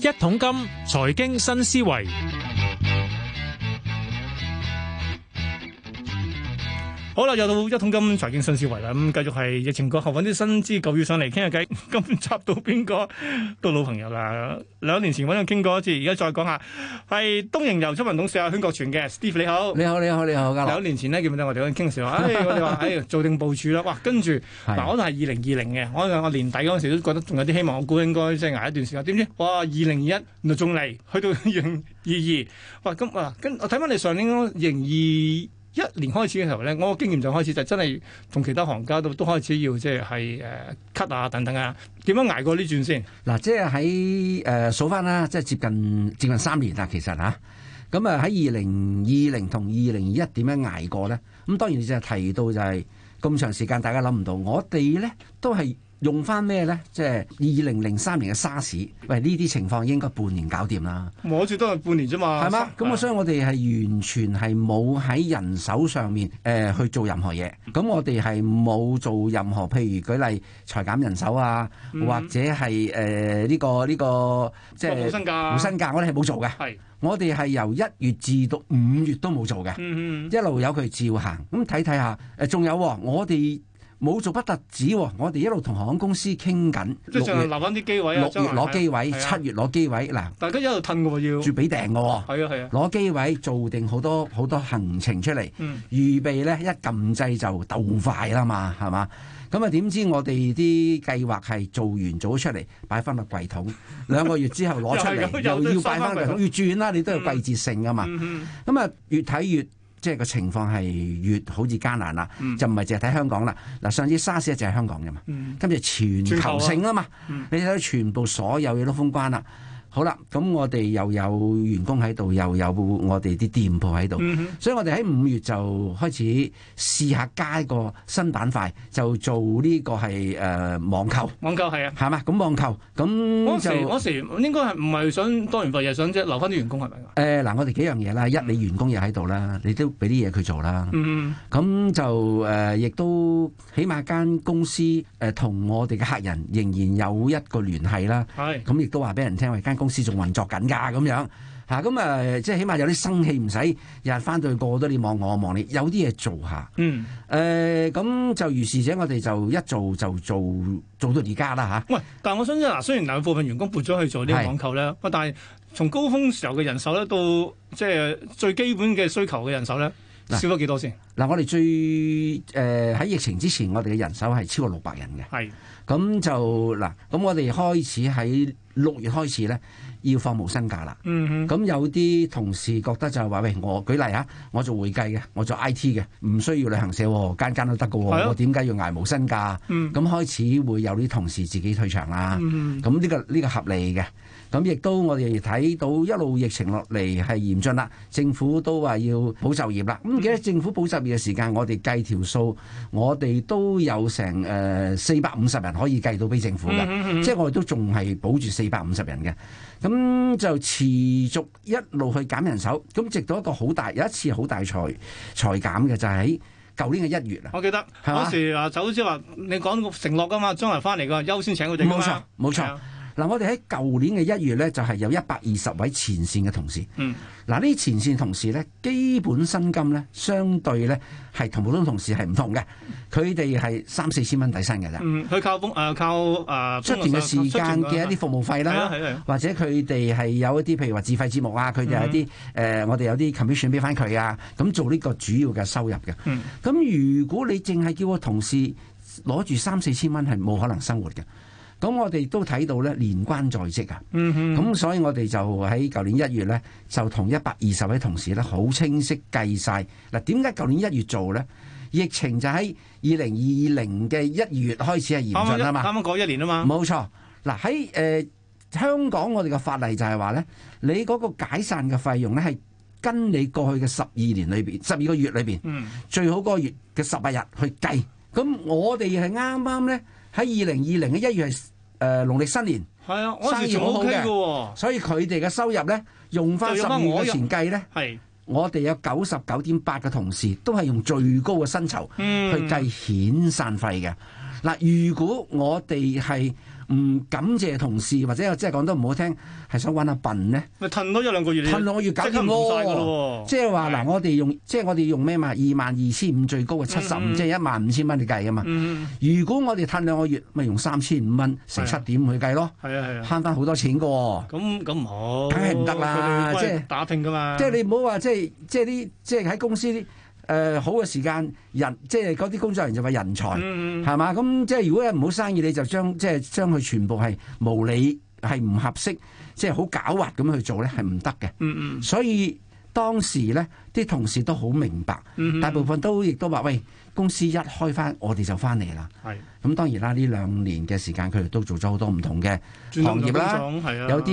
一桶金財經新思維，好啦，又到一桶金財經新思維啦，咁繼續係疫情過後揾啲新知舊語上嚟傾下偈。 今集到邊個？到老朋友啦，兩年前揾佢傾過一次，而家再講下，係東瀛遊出雲董事阿禤國全嘅 Steve 你好。 你好，你好，你好，家樂兩。年前咧，記唔記得我哋嗰陣傾嘅時候，唉，我哋話唉做定部署啦，哇！跟住嗱，係啊我都係二零二零嘅，我我年底嗰陣時都覺得仲有啲希望，我估應該即係捱一段時間。點知哇，二零二一原來仲嚟，去到二零二二，哇！咁啊，跟我睇翻你上年二零二一年開始嘅時候咧，我個經驗就開始就真係同其他行家都都開始要即係係誒 cut 啊等等啊，點樣捱過呢轉先？嗱，即係喺誒數翻啦，即係接近接近三年啦，其實嚇。咁啊喺二零二零同二零二一點樣捱過咧？咁當然你就係提到就係咁長時間，大家諗唔到，我哋咧都係用翻咩咧？即係二零零三年嘅沙士，喂呢啲情況應該半年搞掂啦。我最多係半年啫嘛，係嘛？咁我啊所以我哋係完全係冇喺人手上面誒、呃去做任何嘢。嗯咁我哋係冇做任何，譬如舉例裁減人手啊，嗯或者係誒呢個呢、個即即係冇係薪假，無薪假，我哋係冇做嘅。係，我哋係由一月至到五月都冇做嘅，嗯嗯，一路由佢照行。咁睇睇下誒，仲有喎我哋冇做不特止喎，我哋一路同航空公司傾緊即係六盡量月留翻啲機位啊，六月將來攞機位，係啊七月攞機位，嗱大家一路褪嘅喎要，住俾訂嘅喎。係啊係啊，攞機位做定好多好多行程出嚟，嗯預備呢一撳掣就鬥快啦嘛，係嘛？咁啊點知我哋啲計劃係做完做咗出嚟，擺翻落櫃 桶，兩個月之後攞出又係嚟，咁又又要擺翻收返櫃櫃桶桶，要轉啦，你都有季節性噶嘛。嗯嗯咁啊，越睇越即係個情況係越好似艱難啦，嗯就唔係淨係睇香港啦。嗱，上次沙士就係香港啫嘛，嗯，今次全球性啊嘛，嗯你睇到全部所有嘢都封關啦。好啦，咁我哋又有員工喺度，又有我哋啲店鋪喺度，嗯哼所以我哋喺五月就開始試下加一個新板塊，就做呢個係誒、呃、網購，網購係啊。係嘛？咁網購嗰咁時就嗰時應該係唔係想多元化，而係想即係留翻啲員工係咪啊？誒嗱、我哋幾樣嘢啦，一你員工又喺度啦，你都俾啲嘢佢做啦。嗯，咁就誒，呃亦、都起碼間公司誒同、我哋嘅客人仍然有一個聯繫啦。係咁亦都話俾人聽，喂，間公司仲運作緊㗎咁樣嚇。咁、誒，即係起碼有啲生氣，唔使日日翻到去個個都你望我我望你，有啲嘢做下。嗯，誒、咁就如是者，我哋就一做就做做到而家啦喂，但係我想知嗱，雖然有部分員工撥咗去做呢個係網購咧，喂，但係從高峰時候嘅人手咧，到即係最基本嘅需求嘅人手咧，嗱少咗幾多先？嚇。嗱、我哋最誒喺、疫情之前，我哋嘅人手係超過六百人嘅。係咁就嗱，咁我哋開始喺六月開始咧，要放無薪假啦。嗯嗯咁有啲同事覺得就係話：喂，我舉例啊，我做會計嘅，我做 I T 嘅，唔需要旅行社喎，間間都得嘅係啊喎，我點解要捱無薪假？嗯咁開始會有啲同事自己退場啦。嗯咁呢、個呢、個合理嘅。咁亦都我哋睇到一路疫情落嚟係嚴峻啦，政府都話要保就業啦。嗯咁記得政府保就業嘅時間，我哋計條數，我哋都有成誒四百五十人可以計到俾政府嘅。嗯即係我哋都仲係保住四百五十人嘅，咁就持續一路去減人手，咁直到一個好大有一次好大裁裁減嘅就係喺舊年嘅一月啊，我記得係嘛嗰時啊，就好似話你講個承諾噶嘛，將來翻嚟個優先請佢哋㗎冇錯嘛。冇係錯啊。嗱，我哋喺舊年嘅一月呢，就係有一百二十位前線嘅同事。嗯嗱，呢啲前線同事呢，基本薪金呢，相對呢，係同普通同事係唔同嘅，佢哋係三四千蚊底薪嘅咋，嗯，佢靠工誒靠誒出團嘅時間嘅一啲啲服務費係啦啊。係啊。或者佢哋係有一啲譬如話自費節目啊，佢哋有啲誒、呃我哋有啲 commission 俾翻佢啊，咁做呢個主要嘅收入嘅。嗯咁如果你淨係叫個同事攞住三四千蚊，係冇可能生活嘅。咁我哋都睇到咧，年關在即啊！嗯哼。咁、所以我哋就喺舊年一月咧，就同一百二十位同事咧，好清晰計晒嗱。點解舊年一月做咧？疫情就喺二零二零嘅一月開始係嚴啱啱峻啊一嘛。啱啱講一年啊嘛，冇錯，嗱喺誒香港我哋嘅法例就係話咧，你嗰個解散嘅費用咧係跟你過去嘅十二年裏邊，十二個月裏邊嗯，最好嗰個月嘅十八日去計。咁我哋係啱啱咧喺二零二零嘅一月係誒、呃、農曆新年，係啊，我嗰生時意仲好好 OK 嘅嘅喎，所以佢哋嘅收入咧用翻就十用二返我月前計咧，係，我哋有九十九點八嘅同事都係用最高嘅薪酬。嗯，去計遣散費嘅。嗱，如果我哋係唔感謝同事，或者即係講得唔好聽，係想揾下笨咧，咪褪多一兩個月，你吞落個月搞即刻掂唔同晒㗎咯。咯喎。即係話係嗱，我哋用即係我哋用咩嘛？二萬二千五最高嘅七十嗯五，嗯即係一萬五千蚊嚟計啊嘛。嗯，如果我哋褪兩個月，咪用三千五蚊乘係七啊點五去計咯，係啊係啊，慳翻好多錢噶喎。咁咁唔好，梗係唔得啦佢哋即喂係打拼㗎嘛。即係你唔好話，即係即係啲即係喺公司啲誒、呃好嘅時間人，即係嗰啲工作人員就話人才嗯，嗯係嘛？咁即係如果有唔好生意，你就將即係將佢全部係無理係唔合適，即係好狡猾咁去做咧，係唔得嘅。嗯嗯所以當時咧，啲同事都好明白，嗯，大部分都亦都話：喂，公司一開翻，我哋就翻嚟啦。係咁當然啦，呢兩年嘅時間，佢哋都做咗好多唔同嘅。轉行行業啦係啊，有啲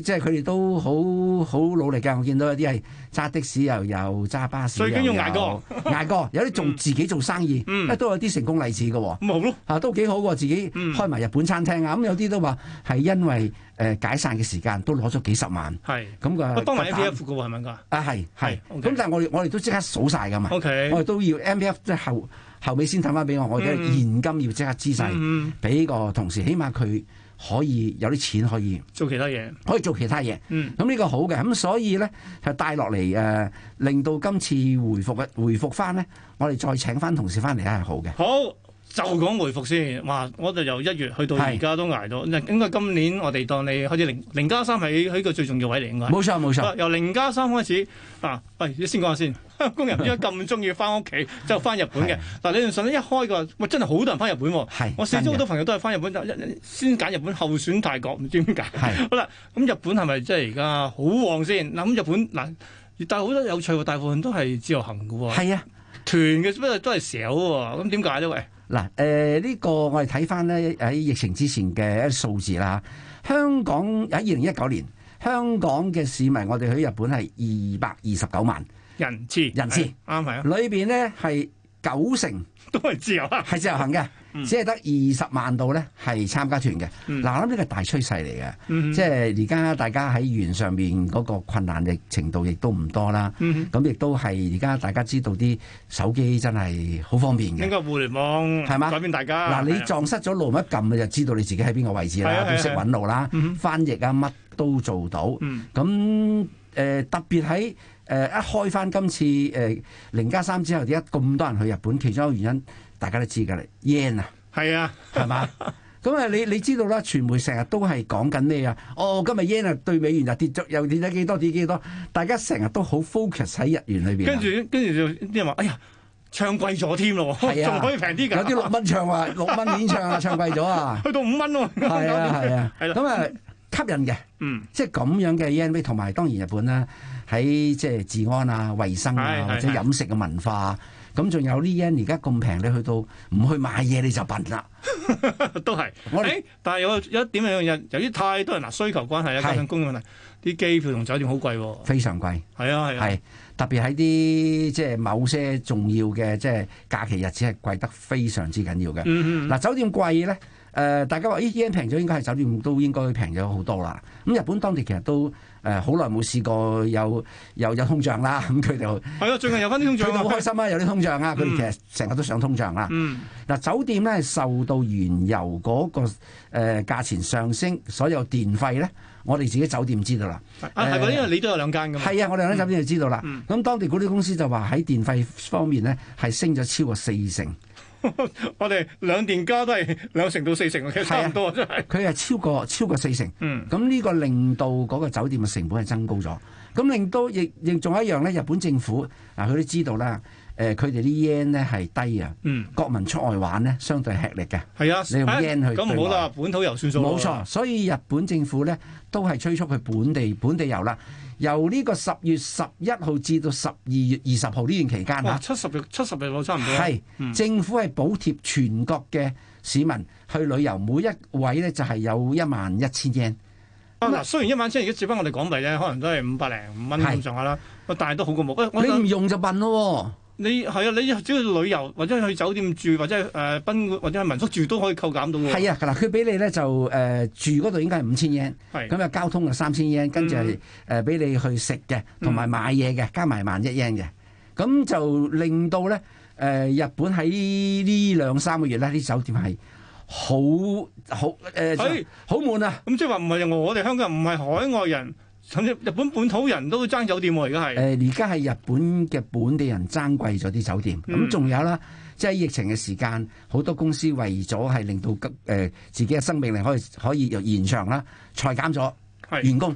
即係佢哋都好好努力㗎，我見到有啲係揸的士又有，揸巴士最緊要又有，捱過捱過，有啲仲自己做生意，嗯都有啲成功例子嘅咁喎。咪好咯。啊，都幾好喎！自己嗯開埋日本餐廳啊，咁有啲都話係因為誒、呃解散嘅時間都攞咗幾十萬，係，咁個我幫埋個單 F F 嘅喎，係咪㗎啊係係，係咁，OK 但係我哋我哋都即刻數晒㗎嘛， ？O K，我哋都要 M P F 即係後後尾先睇翻俾我，我哋嗯現金要即刻支勢，嗯，嗯俾個同事，起碼佢可以有啲錢可以做其他嘢，可以做其他嘢。嗯，咁呢個好嘅，咁所以咧係帶落嚟誒，令到今次回復嘅回復翻咧，我哋再請翻同事翻嚟咧係好嘅。好。就講回復先，哇！我哋由一月去到而家都捱到，應該今年我哋當你開始零零加三係喺個最重要位嚟，應該係。冇錯冇錯，啊由零加三開始啊，喂，你先講下先。 香港人點解咁中意翻屋企，就翻日本嘅係？嗱，理論上咧一開個，喂，真係好多人翻日本喎。係我四周好真嘅多朋友都係翻日本，就一一先揀日本後選泰國，唔知點解。係好啦，咁日本係咪即係而家好旺先？嗱，咁日本嗱，但係好多有趣喎，大部分都係自由行嘅喎，係啊，團嘅不過都係少喎。咁點解咧？喂，嗱誒呢個我哋睇翻咧喺疫情之前嘅一啲數字啦，香港喺二零一九年。香港嘅市民，我哋去日本係二百二十九萬，人次人次係啱係啊， 裏邊咧係九成都係自由啊行。係自由行嘅，只係得二十萬度咧係參加團嘅。嗯嗱，我諗呢個係大趨勢嚟嘅。嗯即係而家大家喺語言上面嗰個困難嘅程度亦都唔多啦。嗯，咁亦都係而家大家知道啲手機真係好方便應嘅。該互聯網係嘛改變大家。嗱，你係啊撞失咗路一撳，你就知道你自己喺邊個位置係啊啦，係啊都識揾路啦嗯哼，翻譯啊乜都做到。嗯咁誒、呃特別喺誒、呃一開翻今次誒零加三之後，點解咁多人去日本？其中一個原因大家都知㗎啦，yen 啊。係啊。係嘛？ 咁啊，你你知道啦，傳媒成日都係講緊咩啊？哦，今日 yen 啊對美元又跌咗，又跌咗幾多跌幾多？大家成日都好 focus 喺日元裏邊。啊跟住跟住就啲人話：哎呀，唱貴咗添咯，係啊仲可以平啲有㗎，啲六蚊唱話， 六蚊演唱啊，唱貴咗啊！去到五蚊喎。係啊係啊，係啦咁啊吸引嘅， 嗯，即係咁樣嘅 yen 同埋當然日本啦，喺即係治安啊、衞生係係啊或者係飲食嘅文化啊，咁仲有呢 yen 而家咁平，你去到唔去買嘢你就笨啦。都係。我誒哋，但係有有一點有樣嘢，由於太多人嗱需求關係啊，係加上供應問題，啲機票同酒店好貴喎。非常貴。係啊係啊，係特別喺啲即係某些重要嘅即係假期日子係貴得非常之緊要嘅。嗱、嗯嗯，酒店貴咧，誒、大家話咦 yen 平咗，應該係酒店都應該平咗好多啦。咁日本當地其實都誒好耐冇試過有有有通脹啦， 咁佢就係啊，最近有翻啲通佢脹哋好啊開。心啊，有啲通脹啊，佢哋其實成日都想通脹啦。嗯，嗱、酒店咧係受到原油嗰、個誒、呃價錢上升，所有電費咧，我哋自己酒店知道啦。啊係喎，因為你都有兩間㗎嘛。係啊，我哋喺酒店就知道啦。嗯咁、當地嗰啲公司就話喺電費方面咧係升咗超過四成， 我哋兩電加都係兩成到四成，啊其實差唔多真係。佢係超過超過四成。嗯咁呢個令到嗰個酒店嘅成本係增高咗。咁令到亦亦仲有一樣咧，日本政府啊嗱佢都知道啦，誒佢哋啲 yen 咧係低啊，嗯，國民出外玩咧相對吃力嘅，係啊。你用哎 yen 去咁唔好啦，哦本土遊算數。冇錯。。所以日本政府咧都係催促佢本地本地遊啦。由呢個十月十一號至到十二月二十號呢段期間哇，啊。七十日七十日喎，差唔多。係嗯政府係補貼全國嘅市民去旅遊，每一位咧就係有一萬一千 yen。啊咁嗱，啊雖然一萬千而家折翻我哋港幣咧，可能都係五百零五蚊咁係上下啦，喂但係都好過冇。喂，我你想唔用就笨咯你係啊，你只要旅遊或者去酒店住，或者誒、呃、賓館或者係民宿住都可以扣減到喎。喎。係啊，嗱，佢俾你咧就誒、呃住嗰度應該係五千 yen，係，咁啊交通就三千嗯 yen，跟住係誒俾你去食嘅，同埋買嘢嘅，加埋萬一 yen 嘅。咁就令到咧誒、呃日本喺呢兩三個月咧啲酒店係好好誒係好悶啊！咁即係話唔係我哋香港人，唔係海外人，甚至日本本土人都爭酒店喎，而家係。誒而家係日本嘅本地人爭貴咗啲酒店，咁嗯仲、有啦，即係疫情嘅時間，好多公司為咗係令到急誒、自己嘅生命力可以可以又延長啦，裁減咗係員工。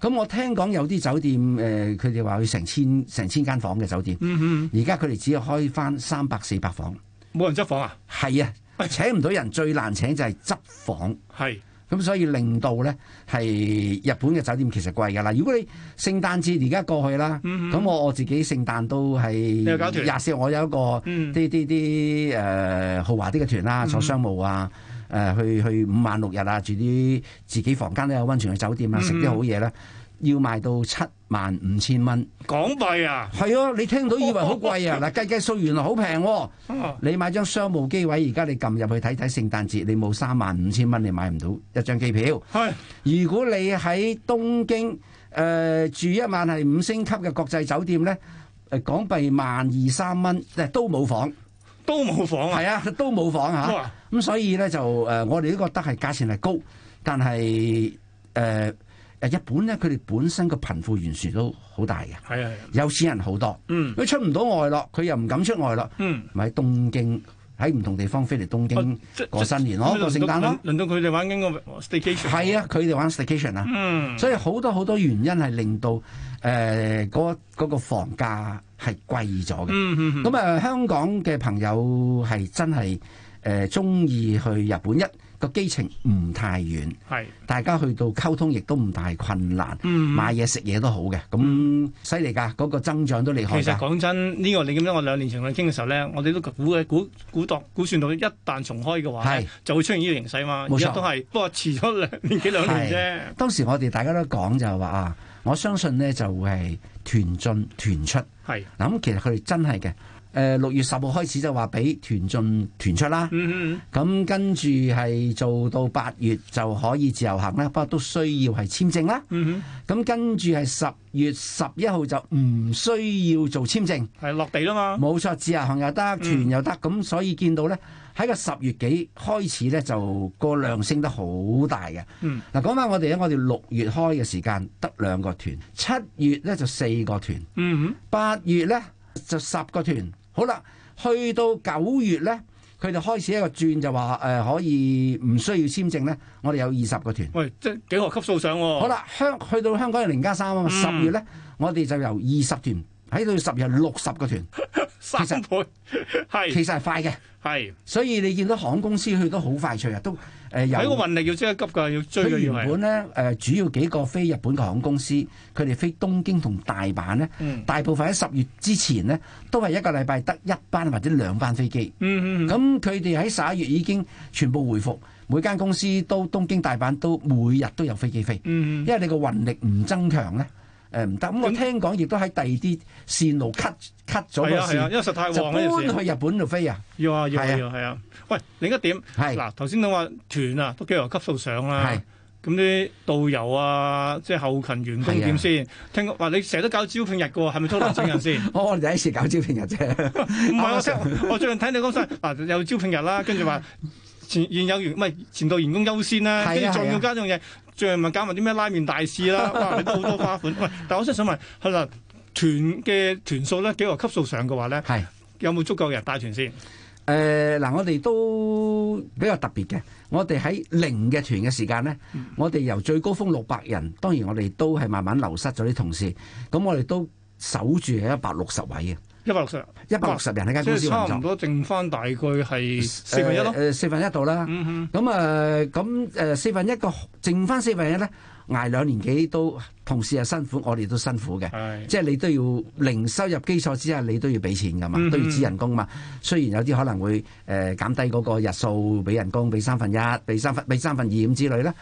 咁我聽講有啲酒店誒，佢哋話佢成千成千間房嘅酒店，嗯而家佢哋只係開翻三百四百房，嗯，冇人執房啊？係啊，請唔到人最難請就係執房。係咁所以令到咧係日本嘅酒店其實貴㗎啦。如果你聖誕節而家過去啦，咁、嗯嗯我我自己聖誕都係有搞團廿四，我有一個嗯啲啲啲誒豪華啲嘅團啦，坐商務啊。誒、去去五晚六日啊，住啲自己房間都有温泉嘅酒店啊，嗯食啲好嘢咧，要賣到七萬五千蚊。港幣啊！係啊，你聽到以為好 貴啊，嗱計計數原來好平喎。啊你買張商務機位，而家你撳入去睇睇聖誕節，你冇三萬五千蚊，你買唔到一張機票。係如果你喺東京誒、呃住一晚係五星級嘅國際酒店咧，誒、港幣萬二三蚊，誒都冇房，都冇房啊！係啊，都冇房嚇。咁、哇！所以咧就誒、呃我哋都覺得係價錢係高，但係誒誒日本咧，佢哋本身個貧富懸殊都好大嘅，係啊係啊，有錢人好多，嗯佢出唔到外落，佢又唔敢出外落，嗯，咪喺東京喺唔同地方飛嚟東京哦即過新年咯，過聖誕咯。輪到佢哋玩緊個 station。係啊，佢哋玩 staycation 啊。嗯，所以好多好多原因係令到誒嗰、嗰個房價係貴咗嘅。嗯嗯嗯，咁啊、香港嘅朋友係真係誒中意去日本一個機程唔太遠，係大家去到溝通亦都唔大困難，嗯買嘢食嘢都好嘅，咁犀利㗎，嗰、個增長都厲害其實㗎。講真，呢、個你咁樣，我兩年前我哋傾嘅時候咧，我哋都估嘅估估度估算到，一旦重開嘅話係呢，就會出現呢個形勢嘛。冇錯而家都係，不過遲咗兩年幾兩年當時我哋大家都講就係話啊，我相信呢就會係團進團出。啫。係，嗱咁其實佢哋真係嘅，誒、六月十號開始就話俾團進團出啦。嗯嗯咁跟住係做到八月就可以自由行啦，不過都需要係簽證啦。嗯咁跟住係十月十一號就唔需要做簽證，嗯，係落地啦嘛。冇錯，自由行又得，團又得，咁、所以見到呢，喺個十月幾開始呢，就個量升得好大嘅。嗯嗱講翻我哋咧，我哋六月開嘅時間得兩個團，七月呢就四個團，嗯八月呢就十個團，好啦，去到九月呢，佢就開始一個轉就話誒、呃可以唔需要簽證呢，我哋有二十個團哼，。喂，即係幾何級數上喎、好啦，香去到香港係零加三啊嘛，哦嗯十月呢，我哋就由二十團喺到十日六十個團，三其實倍， 係其實係快嘅。係所以你見到航空公司去得好快脆啊，都誒、呃、由喺個運力要即刻急㗎，要追佢嘅要原係。本呢，誒、呃主要幾個飛日本嘅航空公司，佢哋飛東京同大阪呢，嗯大部分喺十月之前呢，都係一個禮拜得一班或者兩班飛機。嗯嗯嗯，咁佢哋喺十一月已經全部回復，每間公司都東京、大阪都每日都有飛機飛，嗯嗯因為你個運力唔增強咧，誒唔得。咁我咁聽講亦都喺第二啲線路 cut cut 咗係個啊係啊，線，因為實太就旺呢件事。搬去日本度飛啊，要啊要啊係啊要啊係啊。喂，另一點係嗱，頭先都話團啊，都幾何級數上啦、係咁啲導遊啊，即係後勤員工係啊點先？聽講話你成日都搞招聘日嘅喎，係咪都難請人先？ 我我哋第一次搞招聘 日啫，唔係我啱啊聽，我最近睇你講晒嗱，有招聘日啦，跟住話前現有員唔係前度員工優先啦，係跟住啊仲係啊要加一樣嘢，最近咪搞埋啲咩拉麵大使啦， 哇！你都好多花款。喂，但我真係想問，係啦，團嘅團數咧幾何級數上嘅話咧，係。有冇足夠人帶團先？誒嗱、我哋都比較特別嘅。我哋喺零嘅團嘅時間呢，嗯我哋由最高峰六百人，當然我哋都係慢慢流失咗啲同事。咁我哋都守住係一百六十位嘅，一百六十，一百六十人喺間即公司係差運唔作，多剩翻大概係四分一咯誒。誒四分一度啦。嗯哼，咁誒咁誒四分一個剩翻四分一呢，捱兩年幾都同事係辛苦，我哋都辛苦嘅。係。即係你都要零收入基礎之下，你都要俾錢噶嘛，嗯都要支人工嘛。雖然有啲可能會誒、呃、減低嗰個日數，俾人工，俾三分一，俾三分，俾三分二咁之類啦。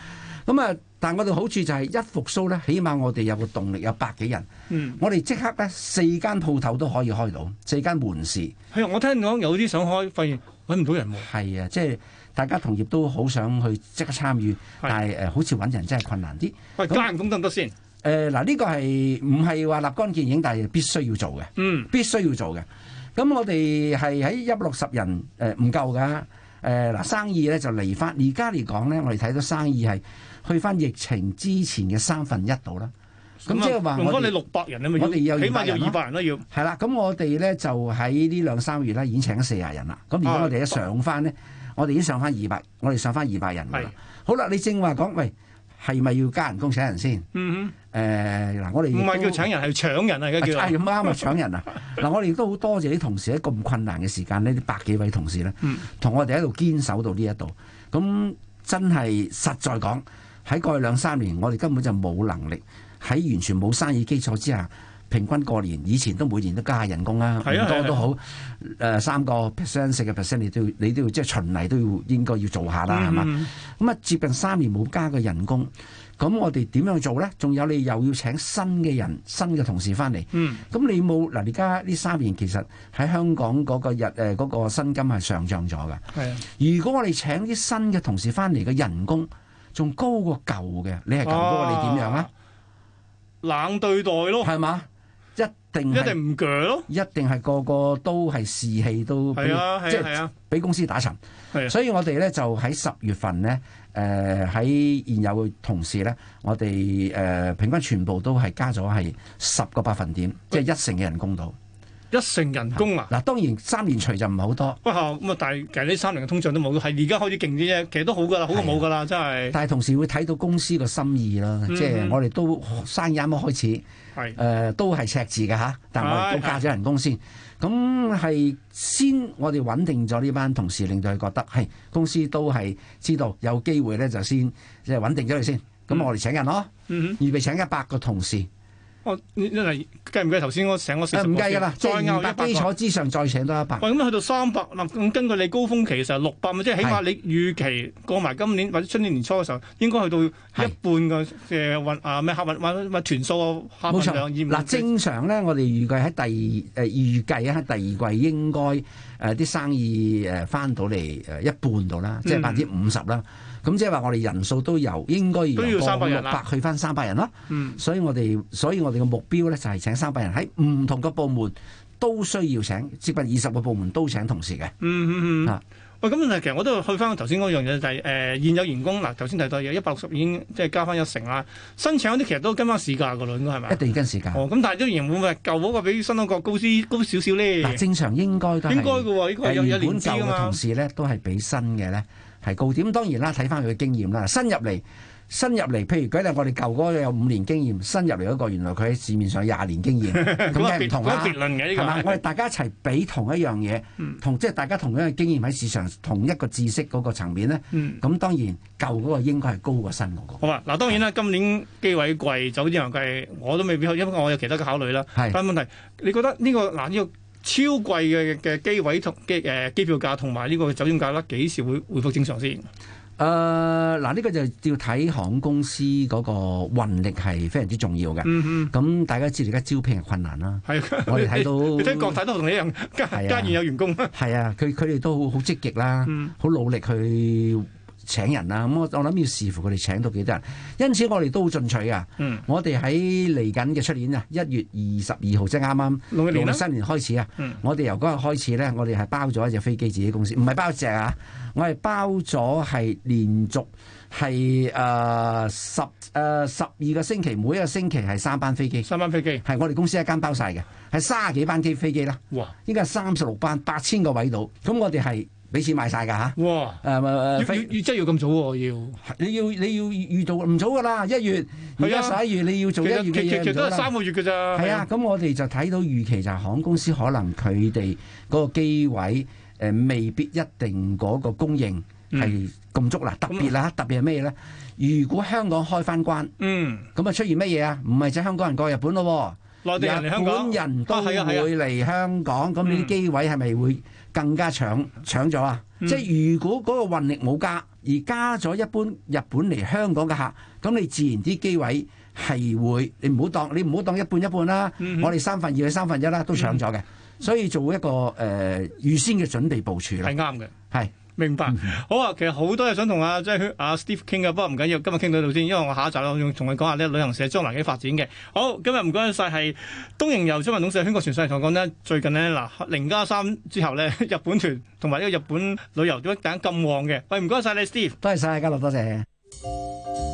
咁啊，但我哋好處就係一復甦咧，起碼我哋有個動力，有百幾人，嗯，我哋即刻咧四間鋪頭都可以開到，四間門市係啊我聽講有啲想開，發現揾唔到人喎。係啊，即係大家同業都好想去即刻參與，但係誒、呃好似揾人真係困難啲。喂，加人工得唔得先？誒嗱，呢個係唔係話立竿見影，但係必須要做嘅。嗯，呃必須要做嘅。咁我哋係喺一百六十人誒唔夠㗎，誒、誒嗱，生意咧就嚟翻，而家嚟講咧，我哋睇到生意係去翻疫情之前嘅三分一度啦。咁啊即係話唔我啊該你哋六百人啊嘛，要我哋有起200碼人要啦二百人啦，要係啦，咁我哋咧就喺呢兩三個月咧已經請咗四廿人啦。咁而家啊我哋一上翻咧，我哋已經上翻二百，我哋上翻二百人㗎係啦。好啦，你正話講，喂，係咪要加人工請人先？誒、嗯嗱，我哼，哋亦唔係都叫請人係搶人啊，而家叫啊係咁啱啊！搶人啊！嗱，我哋都好多謝啲同事喺咁困難嘅時間呢，呢百幾位同事咧嗯，同我哋喺度堅守到呢一度。咁真係實在講，喺過去兩三年，我哋根本就冇能力喺完全冇生意基礎之下，平均過年以前都每年都加下人工啦，係啊唔係多啊都好。誒三個 percent、四個 percent，你都要你都要即係循例都要應該要做下啦，係嘛？嗯咁啊，接近三年冇加嘅人工，咁我哋點樣做呢？仲有你又要請新嘅人、新嘅同事翻嚟。嗯，咁你冇嗱？而家呢三年其實喺香港嗰個日誒嗰、個薪金係上漲咗㗎。係啊，如果我哋請啲新嘅同事翻嚟嘅人工仲高過舊嘅，你係舊嗰個你點樣啊？冷對待咯，係嘛？一定一係定唔鋸咯，一定係個個都係士氣都俾係啊，即係啊，係係啊，俾公司打沉。係啊所以我哋咧就喺十月份咧，誒、喺現有嘅同事咧，我哋誒、呃平均全部都係加咗係十個百分點，即係一成嘅人工度。一成人工啊！嗱，當然三年除就唔係好多。哇咁啊！但係其實呢三年嘅通脹都冇，係而家開始勁啲啫，其實都好噶啦，好過冇噶啦，真係但係同時會睇到公司個心意啦，嗯即係我哋都生意啱啱開始，誒、係呃都係赤字嘅嚇，但係我哋係都加咗人工先，咁係先我哋穩定咗呢班同事，令到佢覺得係公司都係知道有機會咧，就先即係穩定咗佢先，咁我哋請人咯，嗯哦預備請一百個同事，哼，我真係計唔計頭先我請我四啊十唔計㗎啦，即再係拗二一百百基個。礎之上再請多一百，喂，咁去到三百嗱，咁根據你高峰期就係六百，即係起碼你預期過埋今年或者出年年初嘅時候，應該去到一半嘅嘅運啊咩客運運運團數啊，客冇運錯量。二嗱，正常咧，我哋預計喺第誒預計喺第二季應該誒啲生意誒翻到嚟誒一半度啦，即係嗯百分之五十啦。咁即係話我哋人數都由應該都要由300六人百啦去翻三百人啦。嗯所以我哋所以我哋嘅目標咧就係請三百人喺唔同嘅部門都需要請，接近二十個部門都請同事嘅。嗯嗯嗯啊。喂，咁但係其實我都去翻頭先嗰樣嘢，就係誒現有員工嗱，頭先提到有一百六十已經即係加翻一成啦，新請嗰啲其實都跟翻市價噶啦，應該係咪一？定要跟時間。哦，咁但係都仍然會唔會係舊嗰個比新嗰個高啲高少少咧？嗱，正常應該都係應該嘅喎，呢個有有年啊誒，原資本舊㗎嘅嘛同。事咧都係比新嘅咧係高啲。咁當然啦，睇翻佢嘅經驗啦。新入嚟，新入嚟，譬如舉例，我哋舊嗰個有五年經驗，新入嚟嗰個原來佢喺市面上有廿年 經驗，咁嗰個梗係啊別唔同嗰啦個。別論嘅呢個係嘛？係嗯我哋大家一齊比同一樣嘢，同即係大家同樣嘅經驗喺市場同一個知識嗰個層面咧，嗯咁當然舊嗰個應該係高過新嗰個。好啊！嗱，當然啦，今年機位貴，酒店又貴，我都未必去，因為我有其他嘅考慮啦。係但係問題，你覺得呢、個嗱呢、個超貴嘅嘅機位同機誒機票價同埋呢個酒店價啦，幾時會回復正常先？誒呃嗱，呢個就要睇航空公司嗰個運力係非常之重要嘅。嗯嗯，咁大家知而家招聘係困難啦。係。啊我哋睇到 你睇國泰都同你一樣，加係啊加現有員工。係啊，佢佢哋都好好積極啦，好、嗯努力去請人啦。咁我我諗要視乎佢哋請到幾多人，因此我哋都好進取啊。 嗯，我哋喺嚟緊嘅出年啊，一月二十二號即係啱啱農曆年啦新年開始啊，嗯我哋由嗰日開始咧，我哋係包咗一隻飛機自己公司，唔係包一隻啊，我係包咗係連續係誒十誒十二個星期，每一個星期係三班飛機，三班飛機，係我哋公司一間包晒嘅，係三十幾班機飛機啦。哇應該係三十六班八千個位度，咁我哋係俾錢買晒㗎吓。哇！誒要誒要要飛真係要咁早喎，要。你要你要預到唔早㗎啦，一月而家係啊十一月你要做一月其實其嘅其嘢其唔都早係三啦。個月嘅咋。係啊，，咁我哋就睇到預期就係航空公司可能佢哋嗰個機位誒、呃未必一定嗰個供應嗯係咁足啦，啊特別啦，特別係咩咧？如果香港開翻關，嗯，咁啊出現乜嘢啊？唔係就香港人過日本咯喎。內地哦人嚟香港，日本人都啊係啊係啊會嚟香港，咁呢啲嗯機位係咪會更加搶搶咗啊？嗯即係如果嗰個運力冇加，而加咗一般日本嚟香港嘅客，咁你自然啲機位係會，你唔好當你唔好當一半一半啦，嗯我哋三分二去三分一啦，都搶咗嘅，所以做一個誒、呃、預先嘅準備部署啦係，啱嘅。係。嗯明白。好啊，其實好多嘢想同阿即係阿 Steve 傾嘅，不過唔緊要，今日傾到呢度先，因為我下一集我仲同佢講下呢旅行社將來嘅發展嘅。好，今日唔該晒係東瀛遊中文董事圈國全世同我講呢，最近呢，嗱零加三之後呢，日本團同埋呢個日本旅遊點解突然間咁旺嘅？喂，唔該晒你 Steve。多謝晒，家樂，多謝。